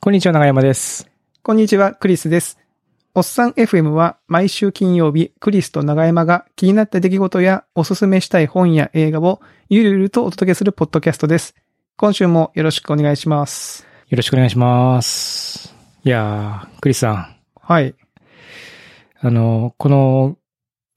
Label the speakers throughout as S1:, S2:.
S1: こんにちは、長山です。
S2: こんにちは、クリスです。おっさん FM は毎週金曜日、クリスと長山が気になった出来事やおすすめしたい本や映画をゆるゆるとお届けするポッドキャストです。今週もよろしくお願いします。
S1: よろしくお願いします。いやー、クリスさん。
S2: はい。
S1: あの、この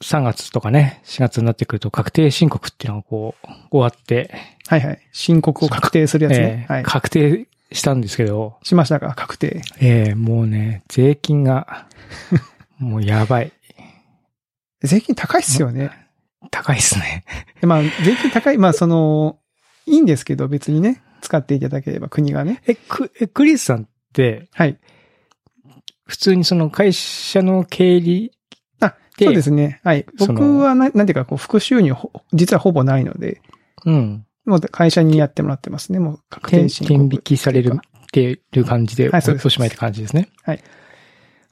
S1: 3月とかね、4月になってくると確定申告っていうのがこう、終わって、
S2: はいはい。申告を確定するやつね。
S1: えー
S2: はい。
S1: 確定したんですけど、
S2: しましたか確定。
S1: えーもうね、税金が、 もうやばい。
S2: 税金高いっすよね。
S1: 高いっすね。
S2: でまあ、税金高い。まあ、その、いいんですけど、別にね、使っていただければ国がね。
S1: え、く、え、クリスさんって、
S2: はい。
S1: 普通にその会社の経理、
S2: あ、
S1: で
S2: そうですね。はい。
S1: その
S2: 僕はな、なんていうか、こう、副収入ほ、実はほぼないので、
S1: うん、
S2: もう会社にやってもらってますね。もう確
S1: 天
S2: 定申告。
S1: 天引きされるっていう感じで、
S2: はいそうです
S1: おしまいって感じですね。
S2: はい。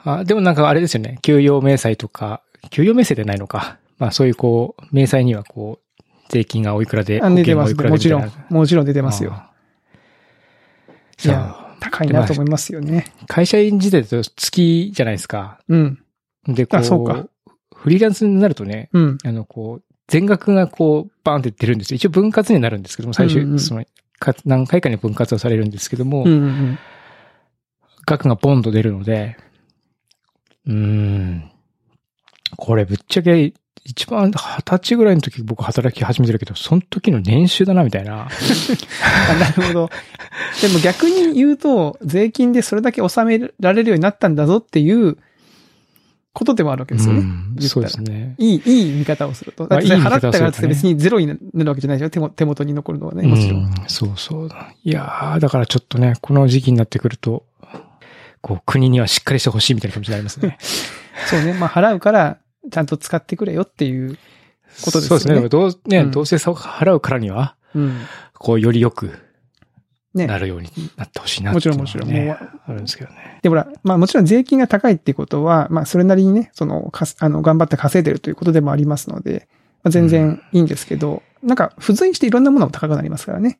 S1: あでもなんかあれですよね。給与明細とか、給与明細でないのか。まあそういうこう、明細にはこう、税金がおいくらで、
S2: あ出てま
S1: 保
S2: す
S1: 険が
S2: ね。
S1: お
S2: も
S1: いく
S2: ち
S1: ら
S2: ろ
S1: でみ
S2: ん。もちろん出て
S1: たいな
S2: ますよ。
S1: あー
S2: いや
S1: さ
S2: 高いなと思いますよね。
S1: あ、会社員時代だと月じゃないですか。
S2: うん。
S1: で、こう、
S2: あそうか
S1: フリーランスになるとね、
S2: うん。
S1: あの、こう、全額がこう、バーンって出るんですよ。一応分割になるんですけども、最
S2: うんう
S1: 終、
S2: ん
S1: その、か何回かに分割はされるんですけども、
S2: うんうんうん。
S1: 額がボンと出るので、うーん。これぶっちゃけ、一番二十歳ぐらいの時僕働き始めてるけど、その時の年収だな、みたいな。
S2: あなるほど。でも逆に言うと、税金でそれだけ納められるようになったんだぞっていうことでもあるわけですよね。
S1: うん
S2: 言ったら
S1: そうですね。
S2: いい、いい見方をすると。だって
S1: まあいい見
S2: 払
S1: 方をするとね
S2: ったからって別にゼロになるわけじゃないでしょ手も手元に残るのはね、もちろん。
S1: うんそうそう。いやー、だからちょっとね、この時期になってくると、こう、国にはしっかりしてほしいみたいな気持ちになりますね。
S2: そうね。まあ払うから、ちゃんと使ってくれよっていう。 ことです
S1: そう
S2: よね
S1: ですね。でもどう、ね、
S2: うん
S1: どうせさ払うからには、
S2: うん。
S1: こう、よりよく
S2: ね。
S1: なるようになってほしいなっていうのは、ね。
S2: もちろんもちろんもう
S1: あるんですけどね。
S2: で、ほら、まあもちろん税金が高いってことは、まあそれなりにね、その、かすあの、頑張って稼いでるということでもありますので、まあ、全然いいんですけど、なんか、付随していろんなものも高くなりますからね。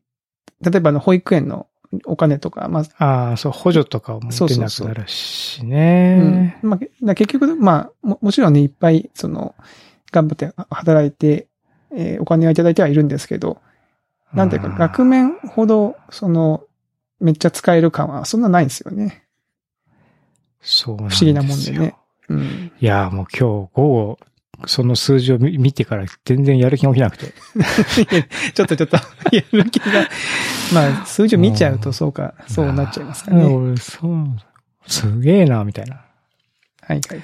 S2: 例えば、あの、保育園のお金とか、まあ、
S1: ああ、そう、補助とかも
S2: そう
S1: 出
S2: そう
S1: な
S2: そ
S1: くな
S2: う
S1: るし
S2: うん
S1: ね。
S2: まあ、けだ結局、まあも、もちろんね、いっぱい、その、頑張ってあ働いて、えーお金をいただいてはいるんですけど、なんていうか、
S1: うん
S2: 額面ほど、その、めっちゃ使える感は、そんなないんですよね。
S1: そう
S2: 不思議なもんでね
S1: すよ
S2: うん。
S1: いやー、もう今日午後、その数字を見見てから全然やる気が起きなくて。
S2: ちょっとちょっと、 やる気が。まあ、数字を見ちゃうとそうか、そうなっちゃいますかね。
S1: あ
S2: は
S1: ー
S2: い
S1: 俺、そう、すげえな、みたいな。
S2: はいはい。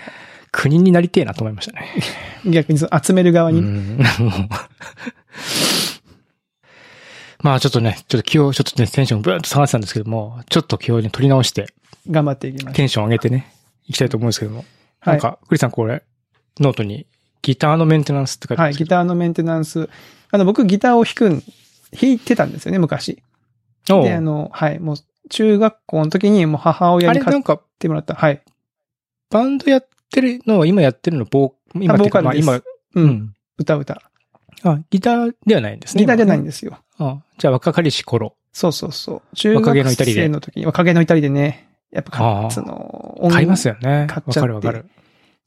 S1: 国になりてえなと思いましたね。
S2: 逆にその集める側
S1: う
S2: に。
S1: ん まあちょっとね、ちょっと気を、ちょっとね、テンションブーンと下がってたんですけども、ちょっと気をね、取り直して、
S2: 頑張っていきましょ
S1: テンション上げてね、いきたいと思うんですけども。
S2: う。は
S1: なん
S2: い。
S1: か、クリスさんこれ、ノートに、ギターのメンテナンスって書いてあ
S2: は
S1: る
S2: い。
S1: んですけ
S2: ギターのメンテナンス。あの、僕ギターを弾くん、弾いてたんですよね、昔。
S1: ど。
S2: で、あの、はい。もう、中学校の時にもう母
S1: おう
S2: 親
S1: あ
S2: に
S1: れな
S2: 買っ
S1: んか、
S2: てもらった。はい。
S1: バンドやってるのは、今やってるの、ボー、今っていうか
S2: あボーカルです
S1: まあ
S2: う。
S1: 今、うんん。
S2: 歌歌。
S1: あ、ギターではないんですね。
S2: ギターじゃない
S1: 今
S2: ん
S1: ね
S2: ですよ。
S1: あじゃあ、若かりし頃。
S2: そうそうそう。中
S1: 若気の
S2: 学
S1: 至りで
S2: 生の時に、若気の至りでね、やっぱ
S1: あ
S2: か、
S1: ー
S2: その、
S1: 買います
S2: よ。
S1: よね。
S2: 買
S1: わ
S2: っち
S1: か
S2: ゃって
S1: るわかる。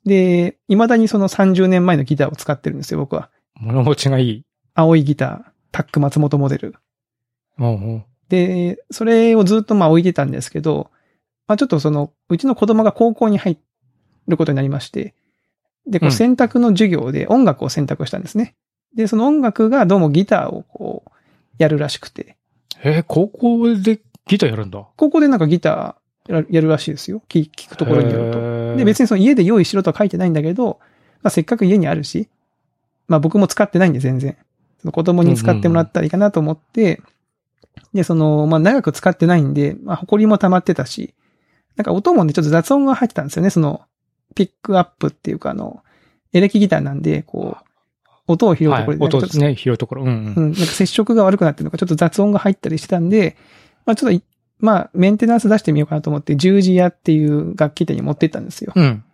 S2: で、未だにその30年前のギターを使ってるんですよ、僕は。
S1: 物持ちがいい。
S2: 青いギター、タック松本モデル。
S1: おうおう
S2: で、それをずっとまあ置いてたんですけど、まあちょっとその、うちの子供が高校に入ることになりまして、で、こ
S1: うん
S2: う選択の授業で音楽を選択したんですね。で、その音楽がどうもギターをこう、やるらしくて、
S1: えー高校でギターやるんだ。
S2: 高校でなんかギターやるやるらしいですよ。聞聞くところによると。
S1: と
S2: で、別にその家で用意しろとは書いてないんだけど、まあせっかく家にあるし、まあ僕も使ってないんで全然。その子供に使ってもらったらいいかなと思って、で、その、まあ長く使ってないんで、まあ埃も溜まってたし、なんか音もね、ちょっと雑音が入ってたんですよね、その、ピックアップっていうかあの、エレキギターなんで、こう、音を拾うところで、
S1: はい、
S2: なんか
S1: 音
S2: ちょっと
S1: ね、拾うところ。うんうん。
S2: うん、なんか接触が悪くなってるのか、ちょっと雑音が入ったりしてたんで、まあちょっとい、まあメンテナンス出してみようかなと思って、十字屋っていう楽器店に持ってったんですよ。
S1: うん。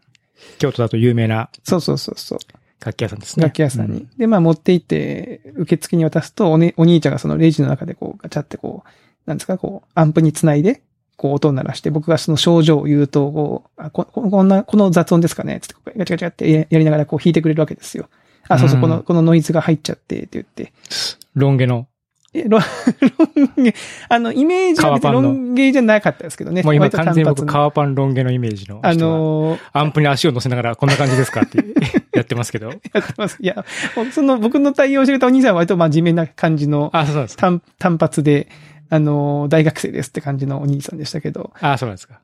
S1: 京都だと有名な
S2: そうそうそうそう。
S1: 楽器屋さんですね。
S2: 楽器屋さんに。
S1: う
S2: で、まあ持って行って、受付に渡すとお、ね、お兄ちゃんがそのレジの中でこう、ガチャってこう、なんですか、こう、アンプにつないで、こう音を鳴らして、僕がその症状を言うと、こう、あこここんな、この雑音ですかねつって、ガチャガチャってややりながらこう弾いてくれるわけですよ。あ、そうそう、
S1: うん
S2: この、このノイズが入っちゃって、って言って。
S1: ロン毛の。
S2: え、ロロン毛、あの、イメージは別
S1: 革
S2: に
S1: パ
S2: ロ
S1: ンの
S2: ン毛じゃなかったですけどね。
S1: もう今
S2: 割と単
S1: 完全に
S2: 発
S1: 僕、
S2: の
S1: カーパンロン毛のイメージの人が。
S2: あのー
S1: アンプに足を乗せながら、こんな感じですかって やってますけど。
S2: やってます。いや、その僕の対応してくれたお兄さんは割と真面目な感じの、
S1: あ、そうなんですか。
S2: 単、単発で、あの、大学生ですって感じのお兄さんでしたけど、
S1: あ、そうなんですか。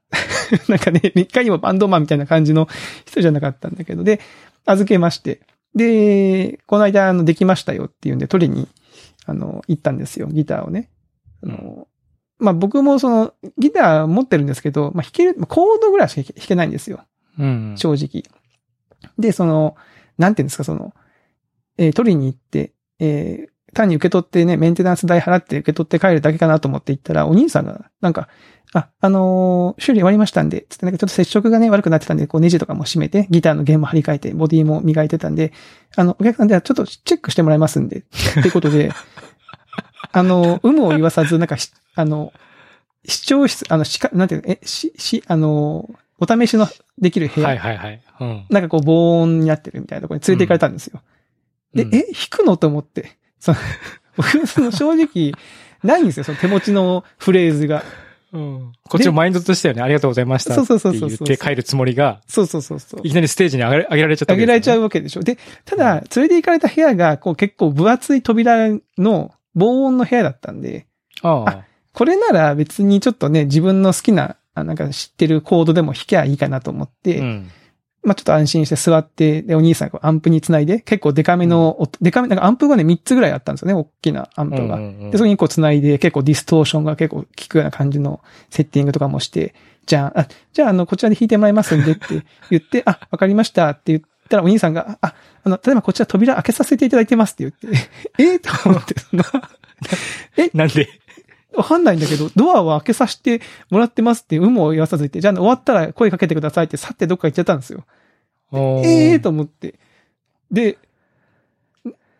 S2: なんかね、いかにもバンドマンみたいな感じの人じゃなかったんだけど、で、預けまして、で、この間、あの、できましたよっていうんで、取りに、あの、行ったんですよ、ギターをね。あの、まあ、僕もその、ギター持ってるんですけど、まあ、弾ける、まあコードぐらいしか弾け弾けないんですよ。
S1: うん。
S2: 正直。で、その、なんていうんですか、その、えー取りに行って、えー単に受け取ってね、メンテナンス代払って受け取って帰るだけかなと思って行ったら、お兄さんが、なんか、あ、あのー修理終わりましたんで、つってなんかちょっと接触がね、悪くなってたんで、こうネジとかも締めて、ギターの弦も張り替えて、ボディも磨いてたんで、あの、お客さんではちょっとチェックしてもらいますんで、ってことで、 あの、有無を言わさず、なんかし、あの、視聴室、あの、しか、なんていうの、え、し、し、あの、お試しのできる部屋
S1: はいはいはい。うん。
S2: なんかこう、防音になってるみたいなところに連れて行かれたんですよ。で、
S1: うん
S2: え、弾くのと思って。その、 僕、その正直、ないんですよ、その手持ちのフレーズが。
S1: うんこっちのマインドとしてはね、ありがとうございました。
S2: そうそうそうそう
S1: って言って帰るつもりが、
S2: そうそうそうそう
S1: い。きなりステージに上げ上げられちゃった
S2: あ
S1: わけです
S2: げら
S1: ね、
S2: れちゃうわけでしょ。で、ただ、連れて行かれた部屋が、こう結構分厚い扉の防音の部屋だったんで、
S1: ああ。
S2: これなら別にちょっとね、自分の好きな、あなんか知ってるコードでも弾きゃいいかなと思って、
S1: うん。
S2: まあ、ちょっと安心して座って、で、お兄さんがこうアンプにつないで、結構デカめの音、デカめ、なんかアンプがね、3つぐらいあったんですよね、大きなアンプが。
S1: うんうんうん
S2: で、そこにこうつないで、結構ディストーションが結構効くような感じのセッティングとかもして、じゃあ、あじゃあ、あの、こちらで弾いてもらいますんでって 言って、あ、わかりましたって言ったら、お兄さんが、あ、あの、例えばこちら扉開けさせていただいてますって言って、 えーと思って、その、
S1: なんで、
S2: わかんないんだけど、ドアは開けさせてもらってますって、有無を言わさず言って、じゃあ、終わったら声かけてくださいって、去ってどっか行っちゃったんですよ。ええと思って。で、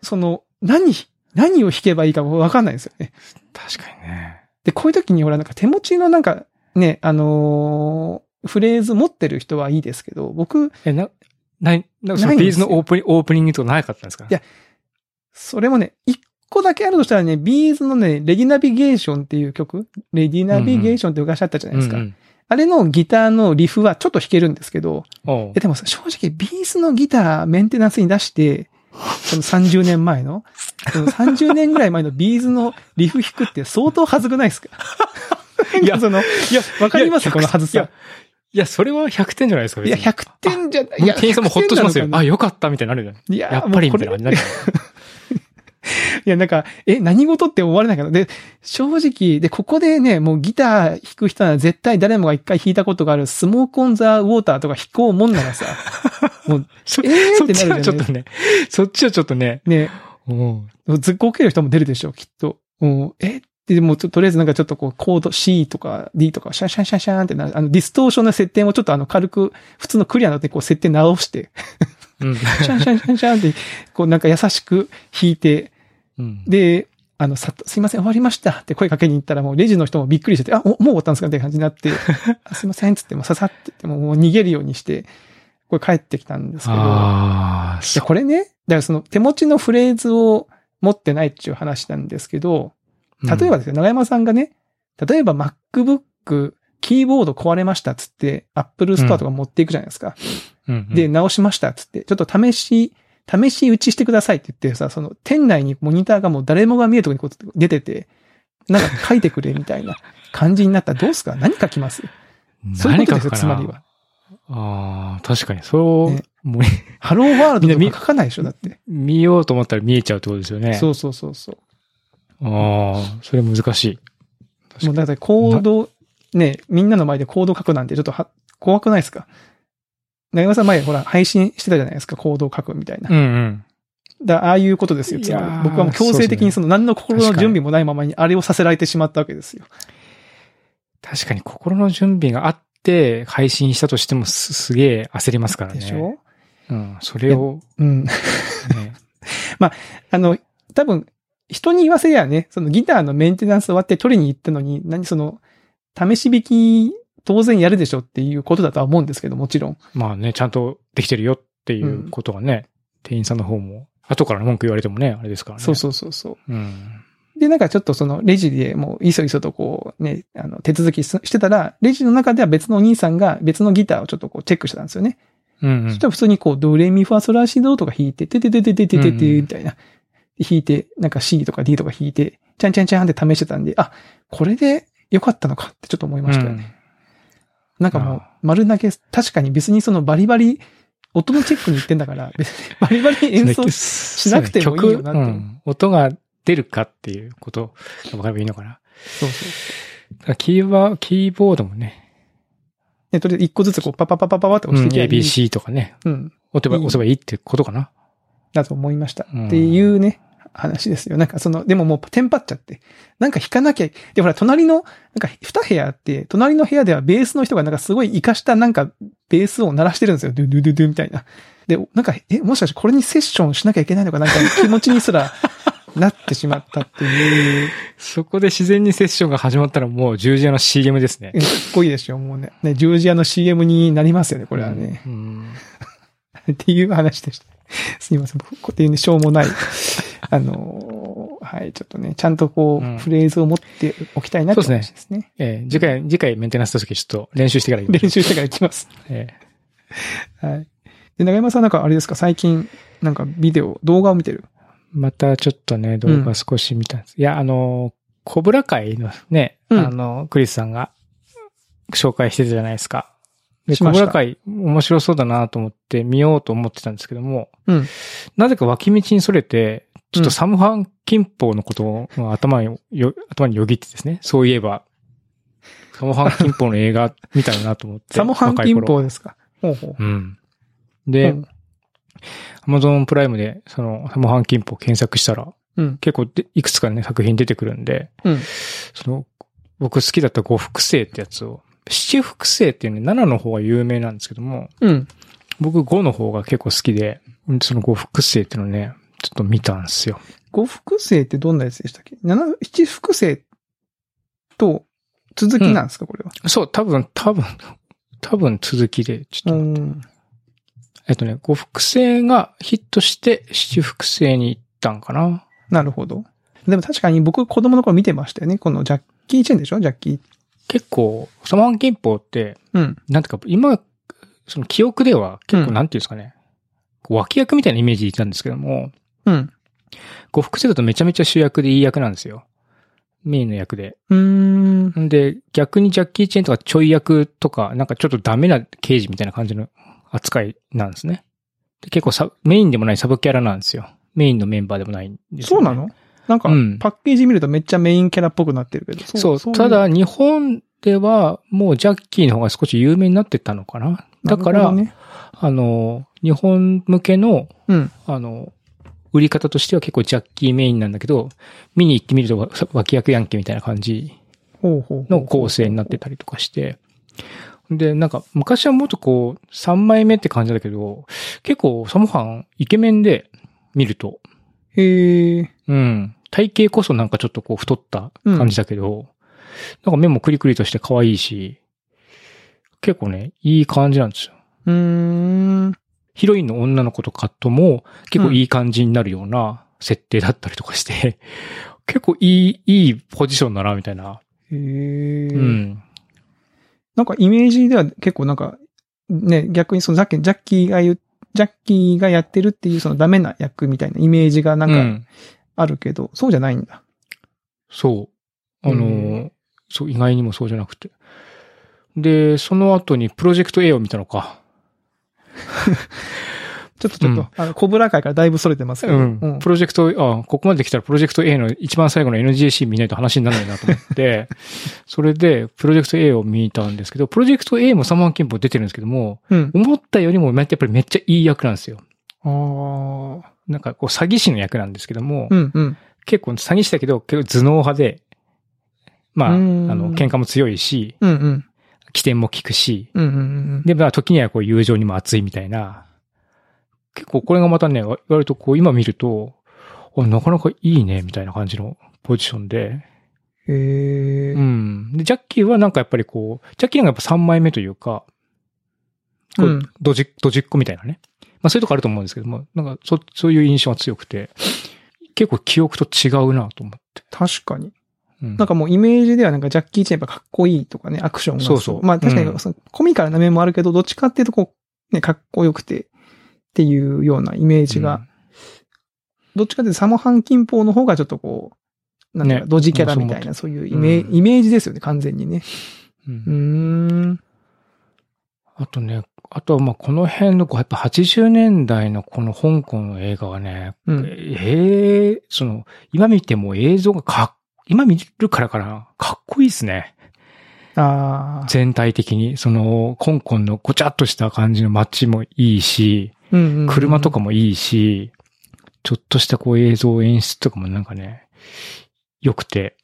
S2: その、何、何を弾けばいいかわかんないんですよね。
S1: 確かにね。
S2: で、こういう時にほら、なんか手持ちのなんか、ね、あのーフレーズ持ってる人はいいですけど、僕、
S1: え、な、ない、なんかそ
S2: ない
S1: の
S2: ん
S1: ビ
S2: で
S1: ー
S2: す
S1: ズ
S2: よ
S1: のオープニング、オープニングとかなかったんですか
S2: いやそれもね、一個だけあるとしたらね、ビーズのね、レディナビゲーションっていう曲、レディナビゲーションって昔あったじゃないですか。
S1: うんうん
S2: あれのギターのリフはちょっと弾けるんですけど、
S1: おう
S2: いやでもさ、正直、ビーズのギターメンテナンスに出して、その30年前の、その30年ぐらい前のビーズのリフ弾くって相当恥ずくないですかい
S1: い
S2: や、
S1: や
S2: その、い
S1: いや、
S2: わかります
S1: いや
S2: この恥ず
S1: い
S2: さ
S1: や。いや、それは100点じゃないですか、
S2: や、
S1: 別に
S2: 100点じゃない。い
S1: も
S2: や
S1: う店員さんもほっとしますよ
S2: 100。点な
S1: あ、
S2: のか
S1: よかった、みたいになるじゃん。
S2: ないや
S1: やっぱり、
S2: もう
S1: み
S2: こ
S1: たい
S2: れ
S1: な感じにな る。
S2: いや、なんか、え、何事って思われないかな。で、正直、で、ここでね、もうギター弾く人なら絶対誰もが一回弾いたことがあるスモークオンザウォーターとか弾こうもんならさ、もう、
S1: そ
S2: えー
S1: そ
S2: っ
S1: って
S2: なるじ
S1: ち
S2: ゃない
S1: はちょっとね、そっちはちょっとね、
S2: ね、
S1: おう
S2: ずっこける人も出るでしょう、きっと。うん、えで、もうちょ、とりあえずなんかちょっとこう、コード C とか D とか、シャンシャンシャンシャンってなる、あの、ディストーションの設定もちょっとあの、軽く、普通のクリアのでこう、設定直して、
S1: うん。
S2: シャンシャンシャンシャンって、こう、なんか優しく弾いて、
S1: うん。
S2: で、あの、さ、すいません、終わりましたって声かけに行ったら、もうレジの人もびっくりしてて、あ、おもう終わったんですかって感じになって、あすいません、つって、もうささってって、もうもう逃げるようにして、これ帰ってきたんですけど。
S1: ああ、
S2: で、
S1: そ
S2: これね、だからその手持ちのフレーズを持ってないっていう話なんですけど、
S1: う
S2: 例えばですよ、長山さんがね、例えば MacBook キーボード壊れましたっつって、Apple Store とか持っていくじゃないですか。
S1: うん、
S2: で、
S1: うん
S2: 直しましたっつって、ちょっと試し、試し打ちしてくださいって言ってさ、その店内にモニターがもう誰もが見えるところにこう出てて、なんか書いてくれみたいな感じになったらどうすか何書きますそういうこと
S1: 何
S2: ですよ、つ
S1: 書くかな
S2: まりは。
S1: ああ、確かに。そう、
S2: ね
S1: もう
S2: ハローワールド
S1: みん
S2: と
S1: な
S2: か書かないでしょだって。
S1: 見ようと思ったら見えちゃうってことですよね。
S2: そうそうそうそう。
S1: ああ、それ難しい。
S2: もうだってコード、ね、みんなの前でコード書くなんてちょっとは怖くないですか長山さん前ほら配信してたじゃないですか、コードを書くみたいな。
S1: うんうん。
S2: だああいうことですよ、
S1: い
S2: つ
S1: やー
S2: まり。僕はもう強制的にその何の心の準備もないままにあれをさせられてしまったわけですよ。
S1: 確かに心の準備があって配信したとしてもすすげえ焦りますからね。
S2: でしょ
S1: うん。それを、
S2: うん。
S1: ね。
S2: あの、多分、人に言わせりゃね、そのギターのメンテナンス終わって取りに行ったのに、何その、試し引き当然やるでしょっていうことだとは思うんですけど、もちろん。
S1: まあね、ちゃんとできてるよっていうことはね、店員さんの方も、後から文句言われてもね、あれですからね。
S2: そうそうそうそう。
S1: う。うん。
S2: で、なんかちょっとそのレジでもういそいそとこうね、あの、手続きししてたら、レジの中では別のお兄さんが別のギターをちょっとこうチェックしてたんですよね。
S1: うん、う
S2: そ
S1: ん
S2: した。ら普通にこう、ドレミファソラシドとか弾いて、てててててててて、みたいな。弾いて、なんか C とか D とか弾いて、ちゃんちゃんちゃんって試してたんで、あ、これで良かったのかってちょっと思いましたよね。なんかもう
S1: あ、
S2: 丸投げ、確かに別にそのバリバリ、音のチェックに行ってんだから、別にバリバリ演奏
S1: し
S2: なくてもいいよなっていう
S1: 音が出るかっていうことが分かればいいのかな。
S2: そうそう。
S1: だからキーバー、キーボードもね、
S2: で、とりあえず一個ずつこう、パパパパパパって
S1: う
S2: 押し
S1: ん、
S2: ていけばいい
S1: ABC とかね、
S2: うん。
S1: 押せば
S2: いい
S1: 押せばいいってことかな。
S2: だと思いました。
S1: うん
S2: っていうね、話ですよ。なんかその、でももうテンパっちゃって。なんか弾かなきゃ、で、ほら、隣の、なんか二部屋あって、隣の部屋ではベースの人がなんかすごい活かしたなんかベースを鳴らしてるんですよ。ドゥドゥドゥドゥみたいな。で、なんか、え、もしかしてこれにセッションしなきゃいけないのかなんか気持ち にすらなってしまったっていう、
S1: そこで自然にセッションが始まったらもう十字架の CM ですね
S2: え。かっこいいですよ。もうね、ね、十字架の CM になりますよね、これはね。
S1: うん。
S2: っていう話でした。すいません。僕こういうね、しょうも ない。あのーはい、ちょっとね、ちゃんとこう、
S1: うん
S2: フレーズを持っておきたいなって
S1: そうですね
S2: 話ですね。
S1: えー次回、次回メンテナンスの時ちょっと練習してから行きましょ
S2: 練習してから行きます。
S1: うえ
S2: はい。で、長山さんなんかあれですか、最近、なんかビデオ、動画を見てる。
S1: ーまたちょっとね、動画少し見たんです。いや、あの、コブラ会のね、
S2: うん
S1: あの、クリスさんが紹介してたじゃないですか。で、
S2: し
S1: コ
S2: ま
S1: ブ
S2: した
S1: ラ会面白そうだなと思って見ようと思ってたんですけども、
S2: うん。
S1: なぜか脇道にそれて、ちょっとサムハン金法のことを頭によ、頭によぎってですね、そういえば、サムハン金法の映画見たいなと思って。
S2: サモハンピン
S1: 若
S2: ポ
S1: い頃
S2: ーですか。ほうほう。
S1: うん。で、
S2: うん
S1: Amazon プライムで、その、サムハン金法検索したら、
S2: うん。
S1: 結構で、いくつかね、作品出てくるんで、
S2: うん。
S1: その、僕好きだった五複製ってやつを、七複製っていうね、7の方が有名なんですけども、
S2: うん。
S1: 僕5の方が結構好きで、その五複製っていうのをね、ちょっと見たんですよ。
S2: 五複製ってどんなやつでしたっけ七、七複製と続きなんですか、これは。
S1: そう、多分、多分、多分続きで、ちょっと、
S2: うん。
S1: えっとね、五複製がヒットして、七複製に行ったんかな。
S2: なるほど。でも確かに僕子供の頃見てましたよね。このジャッキー・チェンでしょジャッキー。
S1: 結構、サマン金法って、
S2: うん。
S1: なんていうか、今、その記憶では結構、
S2: うん
S1: なんていうんですかね、こう脇役みたいなイメージでいたんですけども、
S2: うん。
S1: 五複製だとめちゃめちゃ主役でいい役なんですよ。メインの役で。
S2: うーん。
S1: んで、逆にジャッキー・チェンとかちょい役とか、なんかちょっとダメな刑事みたいな感じの扱いなんですね。で結構サブメインでもないサブキャラなんですよ。メインのメンバーでもないんですよね、
S2: そうなのなんか
S1: うん、
S2: パッケージ見るとめっちゃメインキャラっぽくなってるけど。
S1: そう
S2: い
S1: ただ、日本ではもうジャッキーの方が少し有名になってったのかな。だか
S2: なる
S1: ら、
S2: ほどね
S1: あの、日本向けの、
S2: うん
S1: あの、売り方としては結構ジャッキーメインなんだけど、見に行ってみるとわ脇役やんけみたいな感じ
S2: ほうほうほう。
S1: の構成になってたりとかして。で、なんか、昔はもっとこう、3枚目って感じだけど、結構、サモハン、イケメンで、見ると。
S2: へえ。
S1: うん。体型こそなんかちょっとこう、太った感じだけど、なんか目もクリクリとして可愛いし、結構ね、いい感じなんですよ。
S2: うーん。
S1: ヒロインの女の子とカットも、結構いい感じになるような設定だったりとかして、結構いい、いいポジションだな、みたいな。
S2: へえ
S1: う。ん。
S2: なんかイメージでは結構なんか、ね、逆にそのさっきジャッキーが言う、ジャッキーがやってるっていうそのダメな役みたいなイメージがな
S1: うん
S2: か
S1: ん
S2: あるけど、そうじゃないんだ。
S1: そう。あのー、
S2: う
S1: そう、意外にもそうじゃなくて。で、その後にプロジェクト A を見たのか。
S2: ちょっとちょっ
S1: うん
S2: と、あの、コブラ界からだいぶ逸れてますけど。うん
S1: プロジェクト、あ、ここまで来たらプロジェクト A の一番最後の NGC 見ないと話にならないなと思 って、それで、プロジェクト A を見たんですけど、プロジェクト A もサマンキンポ出てるんですけども、
S2: うん。
S1: 思ったよりもやっぱりめっちゃいい役なんですよ。
S2: ああ。
S1: なんかこう詐欺師の役なんですけども、
S2: うんうん。
S1: 結構詐欺師だけど、結構頭脳派で、まあ、あ
S2: うん
S1: の、喧嘩も強いし、
S2: うんうん。
S1: 起点も効くし、
S2: うんうんうん。
S1: で、まあ、時にはこう、友情にも熱いみたいな。結構これがまたね、わ割とこう、今見ると、あなかなかいいね、みたいな感じのポジションで、
S2: へえ、
S1: うん。で、ジャッキーはなんかやっぱりこう、ジャッキーなんかやっぱ3枚目というか、こ
S2: うん
S1: ドジッ、ドジっ子みたいなね。まあそういうとこあると思うんですけども、なんかそ、そういう印象が強くて、結構記憶と違うなと思って。
S2: 確かに。
S1: うん
S2: なんかもうイメージではなんかジャッキー・チェンやっぱかっこいいとかね、アクションが
S1: そうそう
S2: まあ確か
S1: うん
S2: にそのコミカルな面もあるけど、どっちかっていうとこう、ね、かっこよくてっていうようなイメージが、どっちかっていうとサモハン・キンポーの方がちょっとこう、なんだろ
S1: ね
S2: う、ドジキャラみたいな、そういうイメ,、
S1: うん
S2: イメージですよね、完全にね。
S1: うん。うん
S2: うーん。
S1: あとね、あとはまあこの辺のこう、やっぱ80年代のこの香港の映画はね、
S2: うん。
S1: ええその、今見ても映像がかっ、今見るからかな、かっこいいですね。
S2: ああ。
S1: 全体的に、その、香港のごちゃっとした感じの街もいいし、
S2: うんうんうん
S1: 車とかもいいし、ちょっとしたこう映像演出とかもなんかね、良くて。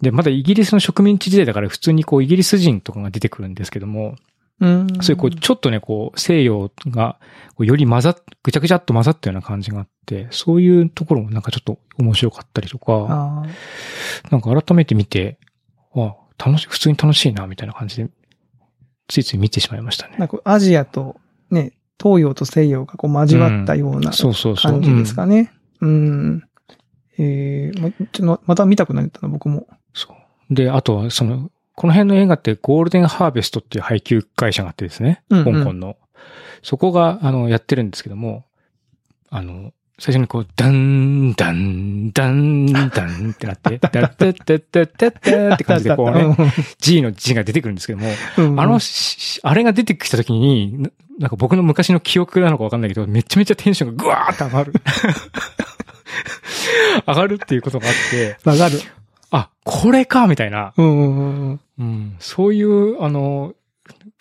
S1: で、まだイギリスの植民地時代だから普通にこうイギリス人とかが出てくるんですけども、
S2: うん。
S1: そういうこうちょっとね、こう西洋がこうより混ざっ、ぐちゃぐちゃっと混ざったような感じがあって、そういうところもなんかちょっと面白かったりとか、
S2: ああ。
S1: なんか改めて見て、あ、楽しい、普通に楽しいな、みたいな感じで、ついつい見てしまいましたね。
S2: なんかこうアジアとね、東洋と西洋がこう交わったような
S1: そうそうそう。
S2: 感じです
S1: うん
S2: かね。うん。えー、ま、ちょっとまた見たくなったな、僕も。
S1: そう。で、あとは、その、この辺の映画ってゴールデンハーベストっていう配給会社があってですね、
S2: うんうん
S1: 香港の。そこが、あの、やってるんですけども、あの、最初にこう、ダン、ダン、ダン、ダンってな って、ダッダッダッダッダッダッって感じでこうね、G の字が出てくるんですけども、
S2: うん、うん
S1: あの、、しあれが出てきた時に、ななんか僕の昔の記憶なのかわかんないけど、めちゃめちゃテンションがぐわーって上が る。上がるっていうことがあって、
S2: わかる。
S1: あ、これかみたいな。
S2: うんうんうんうん。
S1: うん。そういう、あの、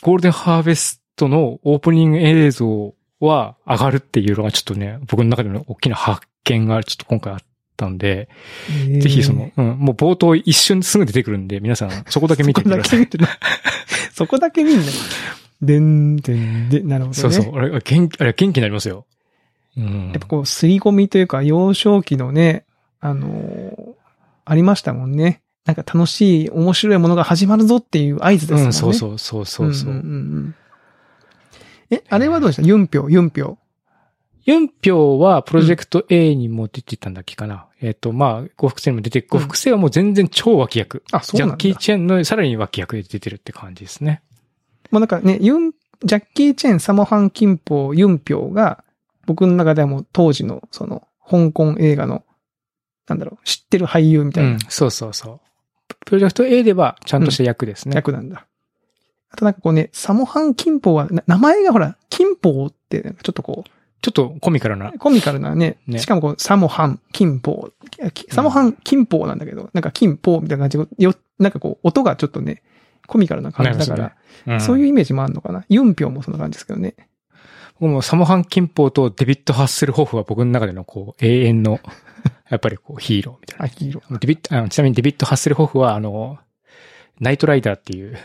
S1: ゴールデンハーベストのオープニング映像は上がるっていうのがちょっとね、僕の中での大きな発見がちょっと今回あったんで、ぜひその、うん、もう冒頭一瞬すぐ出てくるんで、皆さんそこだけ見て
S2: そこ
S1: みてくだ
S2: だけ
S1: さい
S2: 見。てる。そこだけ見んの。 でんでんで、なるほどね。
S1: そうそう。あれ、元気、あれ元気になりますよ。うん
S2: やっ。ぱこう、すり込みというか、幼少期のね、あのーありましたもんね。なんか楽しい、面白いものが始まるぞっていう合図ですもんね。
S1: うん、そうそうそうそうそう。
S2: んんんうんえ、あれはどうでしたユンピョ、ユンピョ。
S1: ユンピョウはプロジェクト A にも出てたんだっけかな。えっ、と、まあ、呉服生にも出て、呉服生はもう全然超脇役。
S2: あ、そう
S1: ジ
S2: な
S1: ャ
S2: んだ。
S1: ッキー・チェンのさらに脇役で出てるって感じですね。
S2: もうなんかね、ユン、ジャッキー・チェン、サモハン・キンポー、ユンピョウが、僕の中ではもう当時の、その、香港映画の、なんだろう、知ってる俳優みた
S1: う、
S2: いなん
S1: そうそうそう。プロジェクト A ではちゃんとした役ですね。
S2: 役なんだ。あとなんかこうね、サモハン・キンポーは、な名前がほら、キンポーって、ちょっとこ
S1: ちょっとコミカルな
S2: う、。コミカルなね、
S1: ね
S2: しかもこう、サモハン・キンポー、きサモハン・キンポーなんだけど、なんかキンポーみたいな感じで、よ、なんかこう、音がちょっとね、コミカルな感じだか
S1: な
S2: ら
S1: る、うん、
S2: そういう
S1: う。
S2: イメージもあるのかな。ユンピョウもそんな感じですけどね。
S1: 僕もサモハン・キンポウとデビッド・ハッセルホフは僕の中でのこう、永遠の、 やっぱりこう、ヒーローみたいな。
S2: あ、黄色。
S1: デビットあのちなみにデビット・ハッセルホフは、あの、ナイトライダーっていう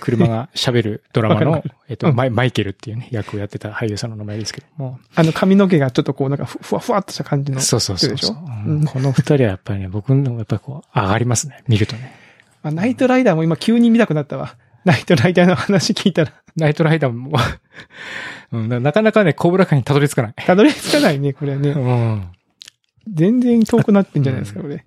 S1: 車が喋るドラマ
S2: わ
S1: の
S2: か、
S1: えっと、
S2: うん
S1: マイマイケルっていうね、役をやってた俳優さんの名前ですけども。
S2: あの髪の毛がちょっとこうなんかふふわふわっとした感じの。
S1: そうそうそう
S2: でし
S1: そう
S2: ょ
S1: うん
S2: うん
S1: この二人はやっぱりね、僕の、やっぱりこう、上がりますね。見るとね。
S2: あ、ナイトライダーも今急に見たくなったわ。 ナイトライダーの話聞いたら、
S1: ナイトライダーも、 うんななかなかね、コブラ会にたどり着かない。
S2: たどり着かないね、これは
S1: う
S2: ね。
S1: ん。
S2: 全然遠くなってんじゃないですか、これ。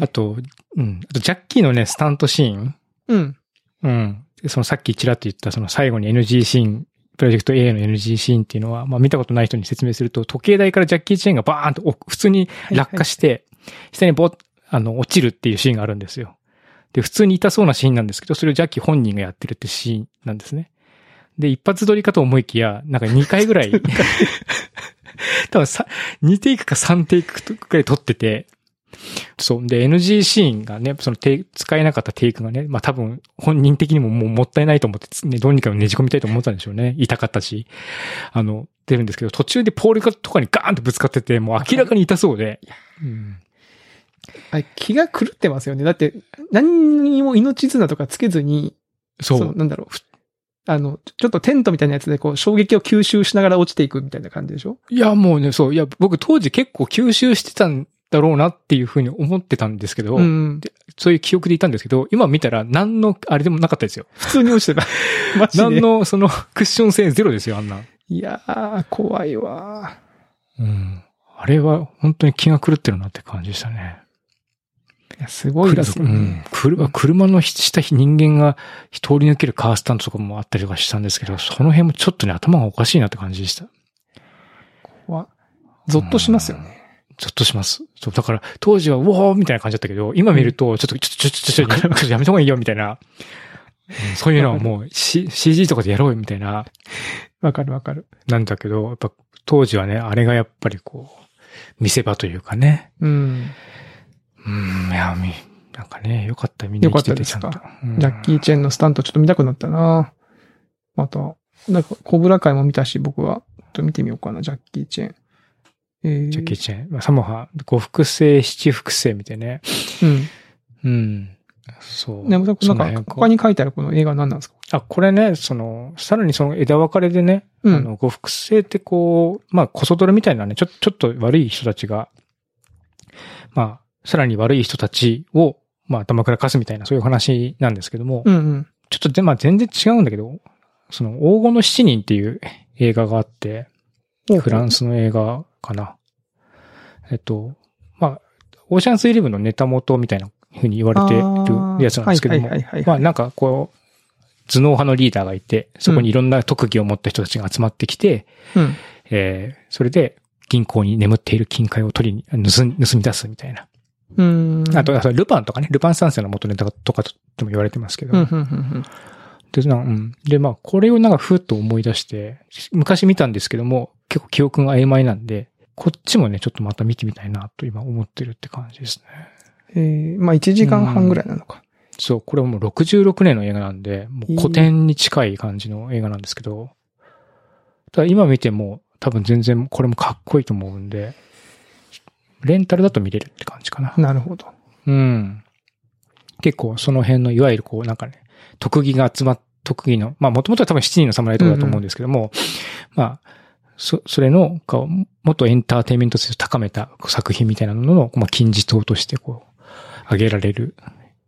S1: あと、うん。あと、ジャッキーのね、スタントシーン。
S2: うん。
S1: うん。でそのさっきちらっと言ったその最後に NG シーン、プロジェクト A の NG シーンっていうのは、まあ見たことない人に説明すると、時計台からジャッキー・チェーンがバーンとお普通に落下して、下にぼあの、落ちるっていうシーンがあるんですよ。で、普通に痛そうなシーンなんですけど、それをジャッキー本人がやってるってシーンなんですね。で、一発撮りかと思いきや、なんか2回ぐらい、多分さ、2テイクか3テイクくらい撮ってて、そう。で、NG シーンがね、そのテイ使えなかったテイクがね、まあ多分本人的にももうもったいないと思ってつ、ね、どうにかねじ込みたいと思ったんでしょうね。痛かったし。あの、出るんですけど、途中でポールとかにガーンとぶつかってて、もう明らかに痛そうで。うん
S2: あれ気が狂ってますよね。だって、何にも命綱とかつけずに、
S1: そう。
S2: のなんだろう。ふあの、ちょっとテントみたいなやつでこう、衝撃を吸収しながら落ちていくみたいな感じでしょ
S1: いや、もうね、そう。いや、僕当時結構吸収してたんだろうなっていうふうに思ってたんですけど、
S2: うん。
S1: そういう記憶でいたんですけど、今見たら何の、あれでもなかったですよ。
S2: 普通に落ちてた。マ ジ
S1: 何
S2: で。
S1: の、その、クッション性ゼロですよ、あんな。
S2: いやー、怖いわ
S1: うん。あれは本当に気が狂ってるなって感じでしたね。
S2: ー。いや、すごいですよね。
S1: くるうん、車車の下人間が通り抜けるカースタントとかもあったりとかしたんですけど、その辺もちょっとね、頭がおかしいなって感じでした。
S2: 怖っゾッとしますよね。
S1: ちょっとします。そう、だから、当時は、うおーみたいな感じだったけど、今見ると、ちょっと、ちょ、ちょ、ちょ、ちょ、ちょちょやめた方がいいよ、みたいな。うんそういうのはもう、C、CG とかでやろうよ、みたいな、
S2: わかるわかる。
S1: なんだけど、やっぱ、当時はね、あれがやっぱりこう、見せ場というかね。
S2: うん。
S1: うん、いや、み、なんかね、よかった、みんな生きててちゃんと。
S2: よか
S1: うん
S2: ジャッキー・チェンのスタントちょっと見たくなったなまた、なんか、コブラ会も見たし、僕は、ちょっと見てみようかな、ジャッキー・チェン。えー、
S1: ジャッキーチェン。まあ、サモハ、五複製、七複製みたいなね。うん。そう。
S2: うん。ね、僕
S1: そ
S2: なん
S1: の
S2: か、
S1: 辺
S2: 他に書いてあるこの映画は何なんですか
S1: あ、これね、その、さらにその枝分かれでね、
S2: うん
S1: あの、呉服製ってこう、まあ、コソドルみたいなね、ちょ、ちょっと悪い人たちが、まあ、さらに悪い人たちを、まあ、頭からかすみたいな、そういう話なんですけども、
S2: うんうん。
S1: ちょっとで、まあ、全然違うんだけど、その、黄金の七人っていう映画があって、フラン
S2: ス。
S1: スの映画かな。えっと、まあ、オーシャンスイレブンのネタ元みたいな風に言われてるやつなんですけども
S2: あーはい、はいはいはい
S1: まあなんかこう、頭脳派のリーダーがいて、そこにいろんな特技を持った人たちが集まってきて、
S2: うん。
S1: えーそれで銀行に眠っている金塊を取りに、盗ん盗み出すみたいな。
S2: うん。
S1: あと、あとルパンとかね、ルパン三世の元ネタとかとも言われてますけど、
S2: うん、うん、うんうん。
S1: でなんうんで、まあこれをなんかふっと思い出して、昔見たんですけども、結構記憶が曖昧なんで、こっちもね、ちょっとまた見てみたいなと今思ってるって感じですね。
S2: えー、まあ、1時間半ぐらいなのか。
S1: そう、これはもう66年の映画なんで、もう古典に近い感じの映画なんですけど、ただ今見ても多分全然これもかっこいいと思うんで、レンタルだと見れるって感じかな。
S2: なるほど。
S1: うん。結構その辺のいわゆるこうなんかね、特技が集まっ、特技の、まあもともとは多分7人の侍とかだと思うんですけども、まあ、そ、それの、こうもっとエンターテインメント性を高めた作品みたいなのの、まあ金字塔としてこう、挙げられる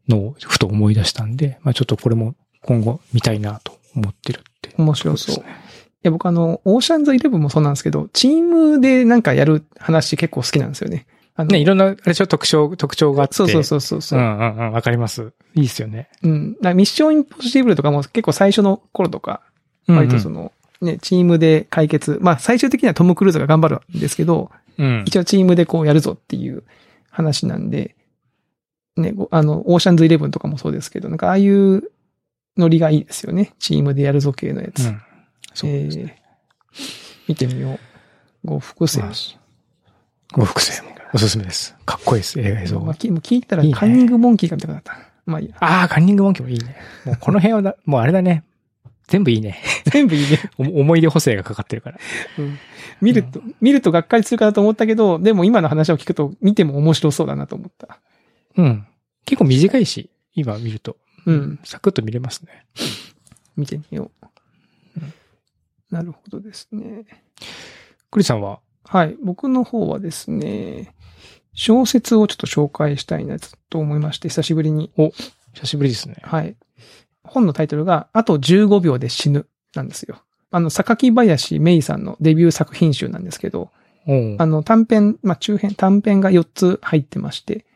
S1: のをふと思い出したんで、まあちょっとこれも今後見たいなと思ってるって。
S2: 面白そう。
S1: そうです
S2: いや、僕あの、オーシャンズイレブンもそうなんですけど、チームでなんかやる話結構好きなんですよね。あの
S1: ね、いろんな、あれでしょ、特徴、特徴があって。
S2: そうそうそうそうそうう。
S1: んうんうん、わかります。いいですよね。
S2: うん。だからミッションインポッシブルとかも結構最初の頃とか、割とその、ね、チームで解決。まあ、最終的にはトム・クルーズが頑張るんですけど、
S1: うんうん、
S2: 一応チームでこうやるぞっていう話なんで、ね、ごあの、オーシャンズイレブンとかもそうですけど、なんかああいうノリがいいですよね。チームでやるぞ系のやつ。
S1: うん。そうですね。
S2: えー見てみよう。ご複製。
S1: ご複製もおすすめです。かっこいいです、映像
S2: まあ
S1: が。
S2: きもう聞いたら
S1: いいね
S2: カンニングモンキーが見たくなった。まあいいや。
S1: ああ、カンニングモンキーもいいね。もうこの辺はだ、 もうあれだね。全部いいね。
S2: 全部いいね。
S1: お思い出補正がかかってるから。
S2: 見ると、見るとがっかりするかなと思ったけど、でも今の話を聞くと見ても面白そうだなと思った。
S1: うん。結構短いし、今見ると。
S2: うん。
S1: サクッと見れますね。
S2: 見てみよう。なるほどですね。
S1: クリさんは
S2: はい。僕の方はですね、小説をちょっと紹介したいなと思いまして、久しぶりに。
S1: 久しぶりですね。
S2: はい。本のタイトルが、あと15秒で死ぬ、なんですよ。あの、榊林芽衣さんのデビュー作品集なんですけど、
S1: うん。
S2: あの、短編、まあ、中編、短編が4つ入ってまして、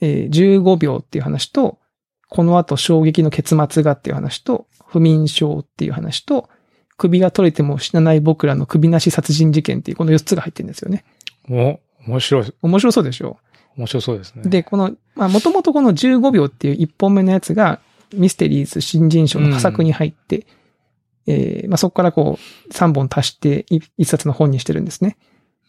S2: えー15秒っていう話と、この後衝撃の結末がっていう話と、不眠症っていう話と、首が取れても死なない僕らの首なし殺人事件っていうこの4つが入ってるんですよね。
S1: お、面白い、
S2: 面白そうでしょ
S1: 面白そうですね。
S2: で、この、まあ、もともとこの15秒っていう1本目のやつが、ミステリーズ新人賞の佳作に入って、えーまあ、そこからこう、3本足してい1冊の本にしてるんですね。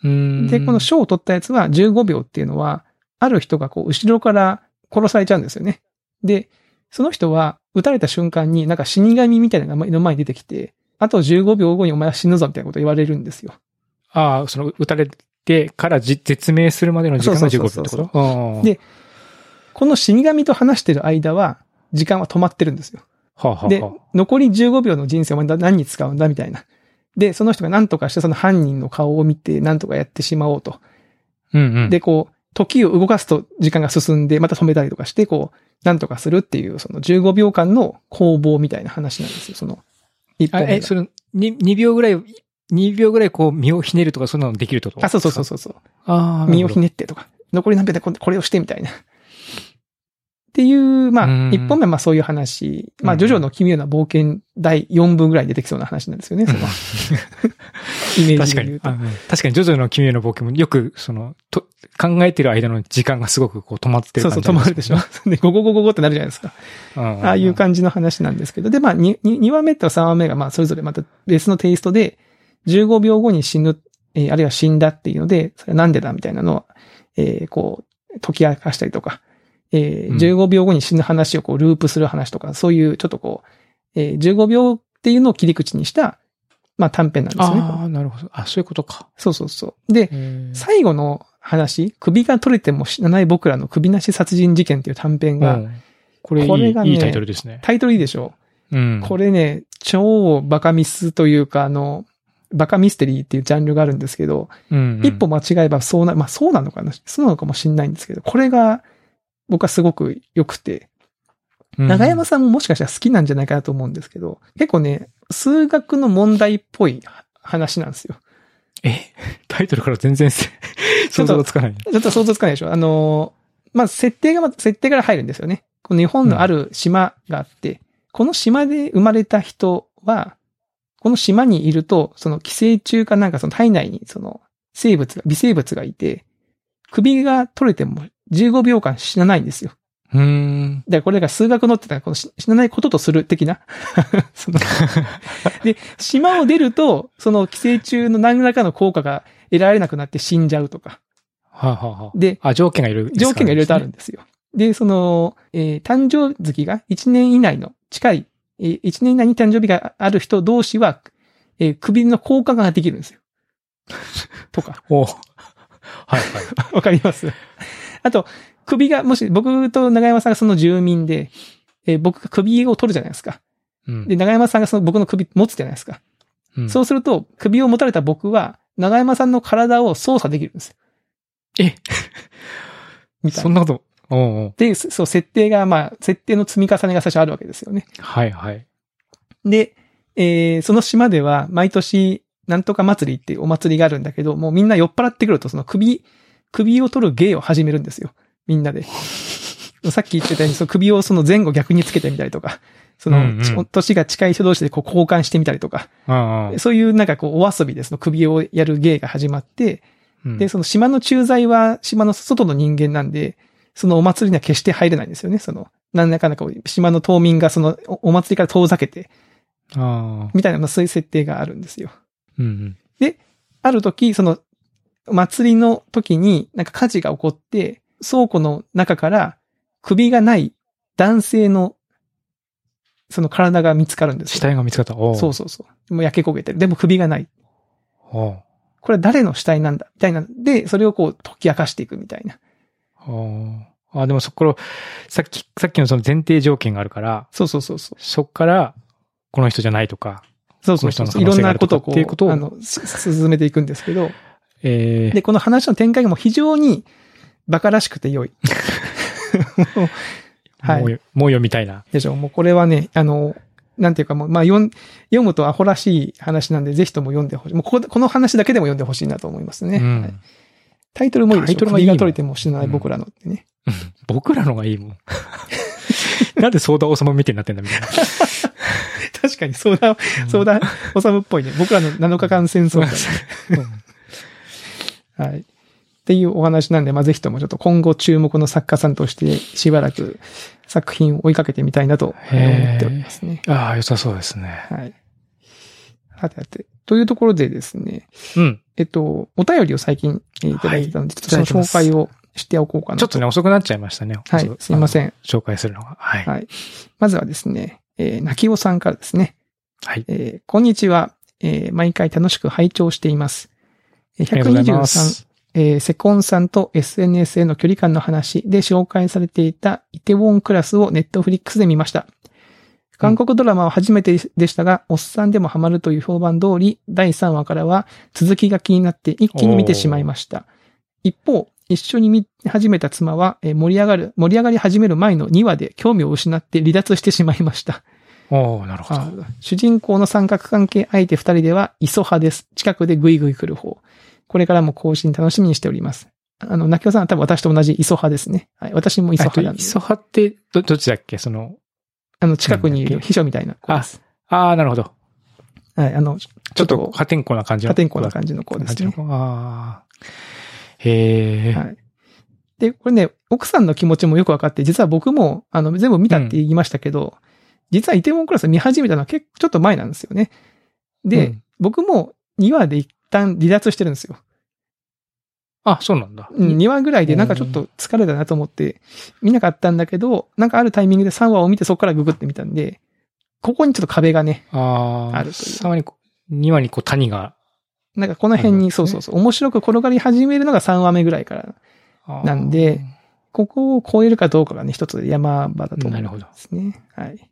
S1: うん、
S2: で、この賞を取ったやつは15秒っていうのは、ある人がこう、後ろから殺されちゃうんですよね。で、その人は撃たれた瞬間になんか死神みたいなのが目の前に出てきて、あと15秒後にお前は死ぬぞみたいなこと言われるんですよ。
S1: ああ、その、撃たれてからじ絶命するまでの時間が15秒って
S2: そうそう
S1: こ
S2: そう
S1: とああ
S2: でこの死神と話してる間は、時間は止まってるんですよ。
S1: はあ、はあ
S2: で
S1: はあ、
S2: 残り15秒の人生を何に使うんだみたいな。で、その人が何とかしてその犯人の顔を見て何とかやってしまおうと。
S1: うんうん。
S2: で、こう、時を動かすと時間が進んで、また止めたりとかして、こう、なんとかするっていう、その15秒間の攻防みたいな話なんですよ、その。一
S1: あ
S2: 本目
S1: え、
S2: が
S1: その、に2秒ぐらい、2秒ぐらいこう、身をひねるとか、そんなのできるってこと
S2: あ、そうそうそうそうそう。
S1: ああ、
S2: 身をひ
S1: ね
S2: ねってとか、残り何秒でここれをしてみたいな。っていう、ま
S1: うー
S2: あ、
S1: ん
S2: 一本目はまあそういう話。ま
S1: う
S2: あ、
S1: ん
S2: ジョジョの奇妙な冒険第4部ぐらいに出てきそうな話なんですよね、そ の、イメー
S1: 確
S2: ジ
S1: か
S2: で言
S1: に
S2: う。と
S1: あ。うん確かに、ジョジョの奇妙な冒険も、よく、その、と、考えてる間の時間がすごくこう、止まって
S2: そ
S1: る感
S2: うそう、
S1: じあ
S2: 止
S1: り
S2: ま
S1: す
S2: るでしょ。 で、ゴゴゴゴゴってなるじゃないですか。
S1: うんうんうん。
S2: ああいう感じの話なんですけど。で、まあ、にに2話目と3話目が、まあ、それぞれまた別のテイストで、15秒後に死ぬ、えーあるいは死んだっていうので、それはなんでだみたいなのを、えーこう、解き明かしたりとか、えー
S1: うん
S2: 15秒後に死ぬ話をこう、ループする話とか、そういう、ちょっとこう、えー15秒っていうのを切り口にした、まあ、短編なんですね。
S1: ああ、なるほど。あ、そういうことか。
S2: そうそうそう。で、最後の話、首が取れても死なない僕らの首なし殺人事件っていう短編が、
S1: うんこれいい
S2: これがね
S1: いいタイトルですね。
S2: タイトルいいでしょう
S1: うん。
S2: これね、超バカミスというか、あの、バカミステリーっていうジャンルがあるんですけど、
S1: うんうん
S2: 一歩間違えばそうな、まあそうなのかな、そうなのかもしれないんですけど、これが僕はすごく良くて、
S1: うん
S2: 長山さんももしかしたら好きなんじゃないかなと思うんですけど、結構ね、数学の問題っぽい話なんですよ。
S1: えタイトルから全然せ想像がつかない。
S2: ちょっと想像つかないでしょあの、まあ設定が、まず設定から入るんですよね。この日本のある島があって、この島で生まれた人は、この島にいると、その寄生虫かなんかその体内にその生物が、微生物がいて、首が取れても15秒間死なないんですよ。
S1: うーん。
S2: だからこれが数学のってたらこの死死なないこととする的な。 そので、島を出ると、その寄生虫の何らかの効果が得られなくなって死んじゃうとか。
S1: はあ、はあはあ、
S2: で、
S1: あ、条件がいる。
S2: 条件がいろいろとあるん
S1: ん
S2: ですよ。で、その、えー誕生月が1年以内の近い、えー1年以内に誕生日がある人同士は、えー首の交換ができるんで すよ。とか、
S1: おはいはい。
S2: わかり ますあと、首が、もし僕と長山さんがその住民で、えー僕が首を取るじゃないですか。
S1: うん
S2: で、長山さんがその僕の首持つじゃないですか。
S1: うん
S2: そうすると、首を持たれた僕は、長山さんの体を操作できるんですよ。
S1: え
S2: みたい
S1: そん
S2: な。
S1: なこと。おうおう
S2: で、そそう、設定が、まあ、設定の積み重ねが最初あるわけですよね。
S1: はいはい。
S2: で、えーその島では毎年、なんとか祭りっていうお祭りがあるんだけど、もうみんな酔っ払ってくると、その首、首を取る芸を始めるんですよ。みん なで。さっき言ってたように、その首をその前後逆につけてみたりとか、その、
S1: うんうん
S2: ち年が近い人同士でこう交換してみたりとか、
S1: あ
S2: そういうなんかこうお遊びでその首をやる芸が始まって、
S1: あ
S2: で、その島の駐在は島の外の人間なんで、そのお祭りには決して入れないんですよね。その、なんだかんだこう、島の島民がそのおお祭りから遠ざけて、
S1: うんああ。
S2: みたいな、まあそういう設定があるんですよ。
S1: うんうん。
S2: ある時、その、祭りの時に、なんか火事が起こって、倉庫の中から首がない男性の、その体が見つかるんです
S1: 死
S2: よ。
S1: 体が見つかった。お
S2: そう
S1: そ
S2: そうそう。もう焼け焦げてる。でも首がない。
S1: う。おう
S2: これは誰の死体なんだみたいな。で、それをこう解き明かしていくみたいな。
S1: おうあ、でもそこから、さっき、さっきのその前提条件があるから、
S2: そうそうそうそう。
S1: そこから、この人じゃないとか、
S2: そうそうそ
S1: こ
S2: う
S1: の人
S2: い
S1: の可能
S2: ろん
S1: 性があ
S2: な
S1: る
S2: ことをこ
S1: とかっていうこと
S2: う、
S1: を
S2: あの、す 進めていくんですけど、
S1: ええ
S2: で、この話の展開がもう非常に馬鹿らしくて良い。はい
S1: もうよ、もう読みたいな。
S2: でしょ。もうこれはね、あの、なんていうかもう、まあ、読ん読むとアホらしい話なんで、ぜひとも読んでほしい。もうここで、この話だけでも読んでほしいなと思いますね。
S1: う
S2: はい
S1: ん。
S2: タイトルもいいでし
S1: タ
S2: ょ。
S1: イトルがいいな
S2: 首が取れても死なない僕らのってね。
S1: 僕らのがいいも ん。なんでソーダ王様みたいになってんだみたいな。
S2: 確かに、相談、相談、おさむっぽいね。僕らの7日間戦争みたい
S1: うん。
S2: なはい。っていうお話なんで、まあ、ぜひともちょっと今後注目の作家さんとして、しばらく作品を追いかけてみたいなと思っておりますね。
S1: ああ、良さそうですね。
S2: はい。はてはて。というところでですね、
S1: うん。
S2: えっと、お便りを最近えーいただいてたので、ちょっとその紹介をしておこうかな
S1: ちょっとね、遅くなっちゃいましたね。
S2: はい、すいませ
S1: ん。
S2: ん。
S1: 紹介するのが。はい。
S2: はいまずはですね、えー、泣きおさんからですね。
S1: はい。
S2: えーこんにちは。えー毎回楽しく拝聴しています。え
S1: ありがとうございま
S2: 123、
S1: す。
S2: えーセコンさんと SNS への距離感の話で紹介されていたイテウォンクラスをネットフリックスで見ました。韓国ドラマは初めてでしたが、おっさんでもハマるという評判通り、第3話からは続きが気になって一気に見てしまいました。一方、一緒に見始めた妻は、えー盛り上がる、盛り上がり始める前の2話で興味を失って離脱してしまいました。
S1: おー、なるほど。
S2: 主人公の三角関係相手二人では、磯派です。近くでグイグイ来る方。これからも更新楽しみにしております。あの、中尾さんは多分私と同じ磯派ですね。はい。私も磯
S1: あと
S2: 派なんで。
S1: 磯派って、ど、どっちだっけその、
S2: あの、近くにい
S1: なんだ
S2: る
S1: っけ
S2: 秘書みたいな子です。
S1: あー、なるほど。
S2: はい。あの、ち
S1: ちょっと破天荒な感じの。
S2: 破天荒な感じの子ですね。
S1: あー。へー。
S2: はい。で、これね、奥さんの気持ちもよく分かって、実は僕も、あの、全部見たって言いましたけど、実はイテウォンクラス見始めたのは結構ちょっと前なんですよね。で、
S1: うん
S2: 僕も2話で一旦離脱してるんですよ。
S1: あ、そうなんだ。
S2: うん2話ぐらいでなんかちょっと疲れたなと思って見なかったんだけど、なんかあるタイミングで3話を見てそこからググってみたんで、ここにちょっと壁がね、
S1: あ
S2: あ
S1: あ、
S2: るという
S1: さまにこう、2話にこう谷が。
S2: なんかこの辺に、
S1: なるほど
S2: そう
S1: ね
S2: そうそう、面白く転がり始めるのが3話目ぐらいから、
S1: あー
S2: なんで、ここを超えるかどうかがね、一つ山場だと思
S1: な
S2: う
S1: る
S2: んで
S1: ほど。
S2: すね。はい。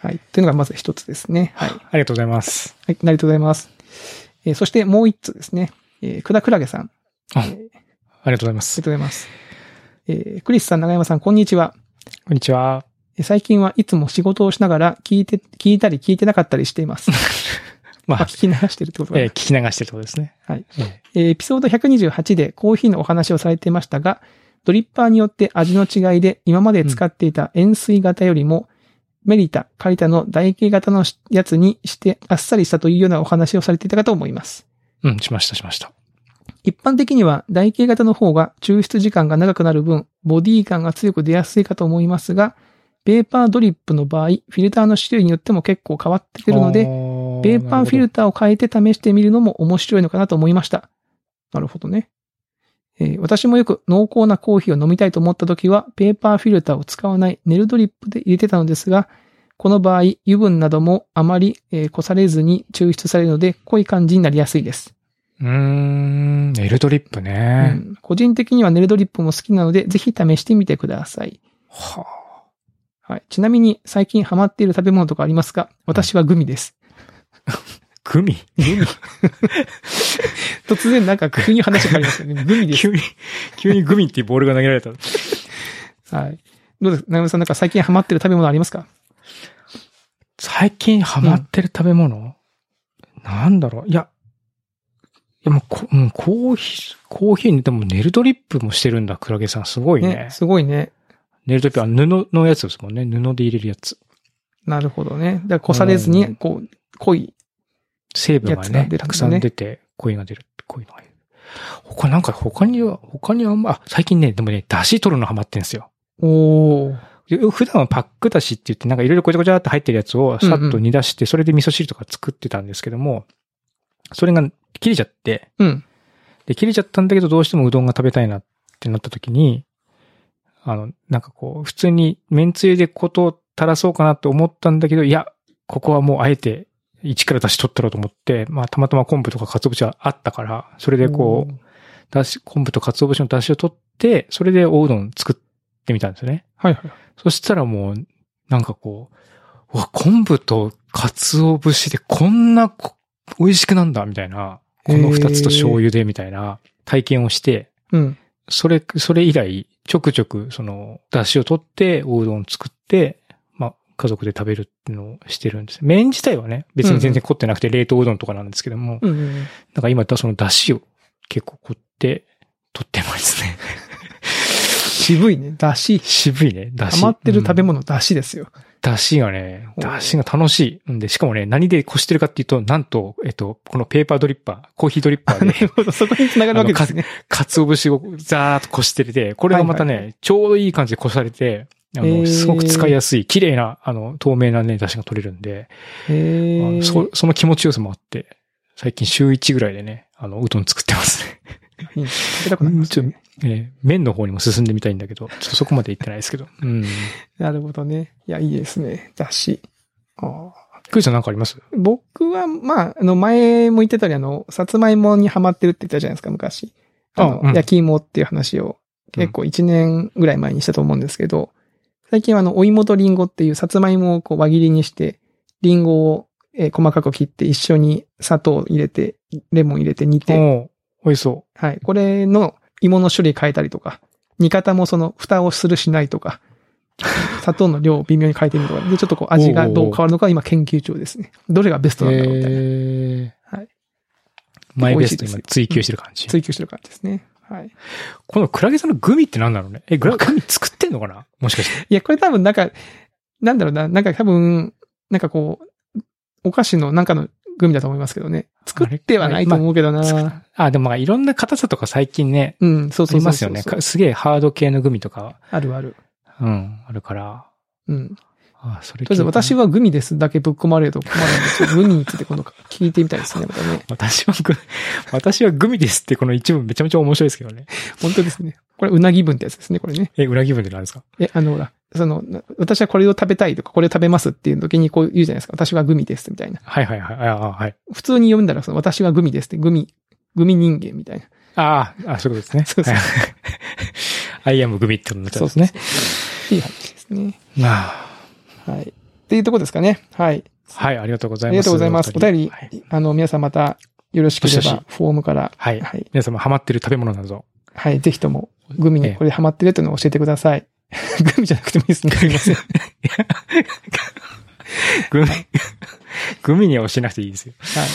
S2: はい。というのがまず一つですね。はい。
S1: ありがとうございます。
S2: はい、ありがとうございます。えーそしてもう一つですね。えー、くだくらげさん。え
S1: あ
S2: ーあり
S1: あ
S2: が
S1: りがとうございます。
S2: とうございます。えー、クリスさん、長山さん、こんにちは。
S1: こんにちは。
S2: え最近はいつも仕事をしながら聞いて、聞いたり聞いてなかったりしてい ます。
S1: ま
S2: あ
S1: あ、
S2: 聞き流してるってことかな
S1: えー聞き流してるところですね。
S2: はい
S1: えー。
S2: えーエピソード128でコーヒーのお話をされていましたが、ドリッパーによって味の違いで今まで使っていた塩水型よりも、メリタ、カリタの台形型のやつにしてあっさりしたというようなお話をされていたかと思います。
S1: うん、しました、しました。
S2: 一般的には台形型の方が抽出時間が長くなる分、ボディ感が強く出やすいかと思いますが、ペーパードリップの場合、フィルターの種類によっても結構変わってくるので、
S1: お
S2: ペーパーフィル
S1: タ
S2: ターを変えて試してみるのも面白いのかなと思いました。なるほどね。えー私もよく濃厚なコーヒーを飲みたいと思った時は、ペーパーフィルターを使わないネルドリップで入れてたのですが、この場合、油分などもあまり、えーこされずに抽出されるので、濃い感じになりやすいです、
S1: ー。うーん、ネルドリップ
S2: う
S1: ね。
S2: ん。個人的にはネルドリップも好きなので、ぜひ試してみてください。
S1: は
S2: はい。ちなみに、最近ハマっている食べ物とかありますか私はグミです。
S1: あ、グミ
S2: 突然なんか急に話がありますよね。グミです。
S1: 急に、 急にグミっていうボールが投げられた。
S2: はい。どうですか長山さんなんか最近ハマってる食べ物ありますか
S1: 最近ハマってる食べ物、なんだろういや、いやもうこ、うん、コーヒー、コーヒーに、でもネルドリップもしてるんだ、クラゲさん。すごいね。
S2: ね、すごいね。
S1: ネルドリップは布のやつですもんね。布で入れるやつ。
S2: なるほどね。だから、こされず
S1: うん
S2: に、こう、濃い。
S1: 成分が
S2: やつ
S1: ね
S2: が出るんだね
S1: たくさん出て、声が出る。声が出る。他なんか他には、他にあんま、あ、最近ね、でもね、出汁取るのハマってんですよ。
S2: おー。
S1: で普段はパック出汁って言って、なんかいろいろごちゃごちゃって入ってるやつをさっと煮出して、それで味噌汁とか作ってたんですけども、それが切れちゃって、
S2: うん。
S1: で、切れちゃったんだけど、どうしてもうどんが食べたいなってなった時に、あの、なんかこう、普通に麺つゆでことを垂らそうかなって思ったんだけど、いや、ここはもうあえて、一から出汁取ったろうと思って、まあ、たまたま昆布とか鰹節はあったから、それでこう、
S2: う。
S1: だし、昆布と鰹節の出汁を取って、それでおうどん作ってみたんですよね。
S2: はいはい。
S1: そしたらもう、なんかこう、うわ、昆布と鰹節でこんなこ美味しくなんだ、みたいな。この二つと醤油で、みたいな体験をして、
S2: うん。
S1: それ、それ以来、ちょくちょく、その、出汁を取って、おうどん作って、まあ、家族で食べるっていうのをしてるんです。麺自体はね、別に全然凝ってなくて、冷凍うどんとかなんですけども、
S2: うんうん。
S1: なんか今、その出汁を結構凝って、取ってますね。
S2: 渋いね。だし。
S1: 渋いね、出
S2: ハ
S1: 汁。
S2: マってる食べ
S1: うん
S2: 物、だしですよ。
S1: 出汁がね、
S2: お
S1: 出汁が楽しい。んで、しかもね、何でこしてるかっていうと、なんと、えっと、このペーパードリッパー、コーヒードリッパ ー
S2: な
S1: で
S2: る、ほど。そこに繋がるわけですね。
S1: 鰹節をザーッとこしてて、これがまたね、
S2: はいは
S1: ちょうどいい感じでこされて、あの、
S2: へー
S1: すごく使いやすい、綺麗な、あの、透明なね、出汁が取れるんで、あ
S2: へ
S1: の
S2: え。
S1: そ、その気持ちよさもあって、最近週1ぐらいでね、あの、うどん作ってますね。
S2: いいね食べたくなりますね。
S1: えー麺の方にも進んでみたいんだけど、ちょっとそこまで行ってないですけど。うん。
S2: なるほどね。いや、いいですね。だし。あー
S1: クイズなんかあります
S2: 僕は、まあ、あの、前も言ってたより、あの、さつまいもにハマってるって言ったじゃないですか、昔。あの、
S1: あうん
S2: 焼き芋っていう話を、結構1年ぐらい前にしたと思うんですけど、最近はあの、お芋とリンゴっていうさつまいもをこう輪切りにして、リンゴを、えー細かく切って一緒に砂糖を入れて、レモン入れて煮て、
S1: おー美味しそ
S2: はい、これの芋の種類変えたりとか、煮方もその、蓋をするしないとか、 砂糖の量を微妙に変えてみるとか、で、ちょっとこう味がどう変わるのか今研究中ですね。どれがベストなんだろうみたいな。
S1: えー
S2: はい
S1: マイベスト
S2: 美味しいです
S1: 今追求してる感じ。
S2: 追求してる感じですね。はい。
S1: このクラゲさんのグミってなんだろうね。え、グラグミ作ってんのかなもしかして。
S2: いや、これ多分なんか、なんだろうな、なんか多分、なんかこう、お菓子のなんかのグミだと思いますけどね。作ってはないと思うけど
S1: あれま
S2: な。
S1: あ、でもまあいろんな硬さとか最近ね、
S2: うん、そ
S1: あ
S2: うそうそうそう。
S1: りますよね。かすげえハード系のグミとか、
S2: あるある。
S1: うん、あるから。
S2: うん。
S1: あ、それ
S2: とりあえず私
S1: は、
S2: はグミですだけぶっ込まれると困るんですよ。グミについて今度聞いてみた いですね、またね。
S1: 私はグ、 私はグミですってこの一文めちゃめちゃ面白いですけどね。
S2: 本当ですね。これ、うなぎ分ってやつですね、これね。
S1: え、裏気分って何ですか
S2: え、あの、ほら、その、な私はこれを食べたいとか、これを食べますっていう時にこう言うじゃないですか。私はグミです、みたいな。
S1: はいはいはい。ああ、はい。
S2: 普通に読んだら、その、私はグミですって、グミ、グミ人間みたいな。
S1: ああ、あそういうことですね。
S2: そうそう
S1: はい。 アイアムグミってことになっちゃうんですね。
S2: いい話ですね。
S1: まあ
S2: はい。っていうとこですかね。はい。
S1: はい、ありがとうござ
S2: あ
S1: います。
S2: りがとうございます。お便り
S1: はい、
S2: あの、皆さんまた、よろしけれ
S1: どしど
S2: ば、フォームから、
S1: はい
S2: はい。
S1: 皆様ハマってる食べ物など。
S2: はい。ぜひとも、グミ
S1: え
S2: に
S1: え
S2: これハマってるっていうのを教えてください。 グミじゃなくてもいいですね。すみません。
S1: グミ、グミには押しなくていいですよ。
S2: はい。
S1: はい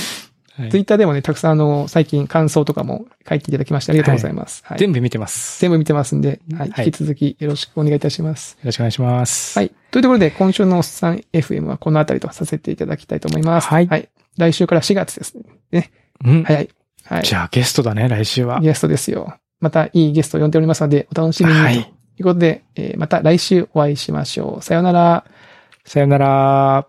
S2: ツイッターでもね、たくさんあの、最近感想とかも書いていただきましてありがとうございます。はい。
S1: 全部見てます。よ
S2: 全部見てますんで、はい。
S1: はい
S2: 引き続きよろしくお願いいたします。
S1: ろしくお願いします。
S2: はい。というところで、今週のおっさん FM はこのあたりとさせていただきたいと思います。
S1: はい
S2: 来週から4月ですね。
S1: うん。
S2: 早い。はい。
S1: じゃあゲストだね、来週は。
S2: ゲストですよ。またいいゲストを呼んでおりますので、お楽しみに。
S1: は
S2: と
S1: い。
S2: いうことで、えーまた来週お会いしましょう。さようなら。
S1: さよなら。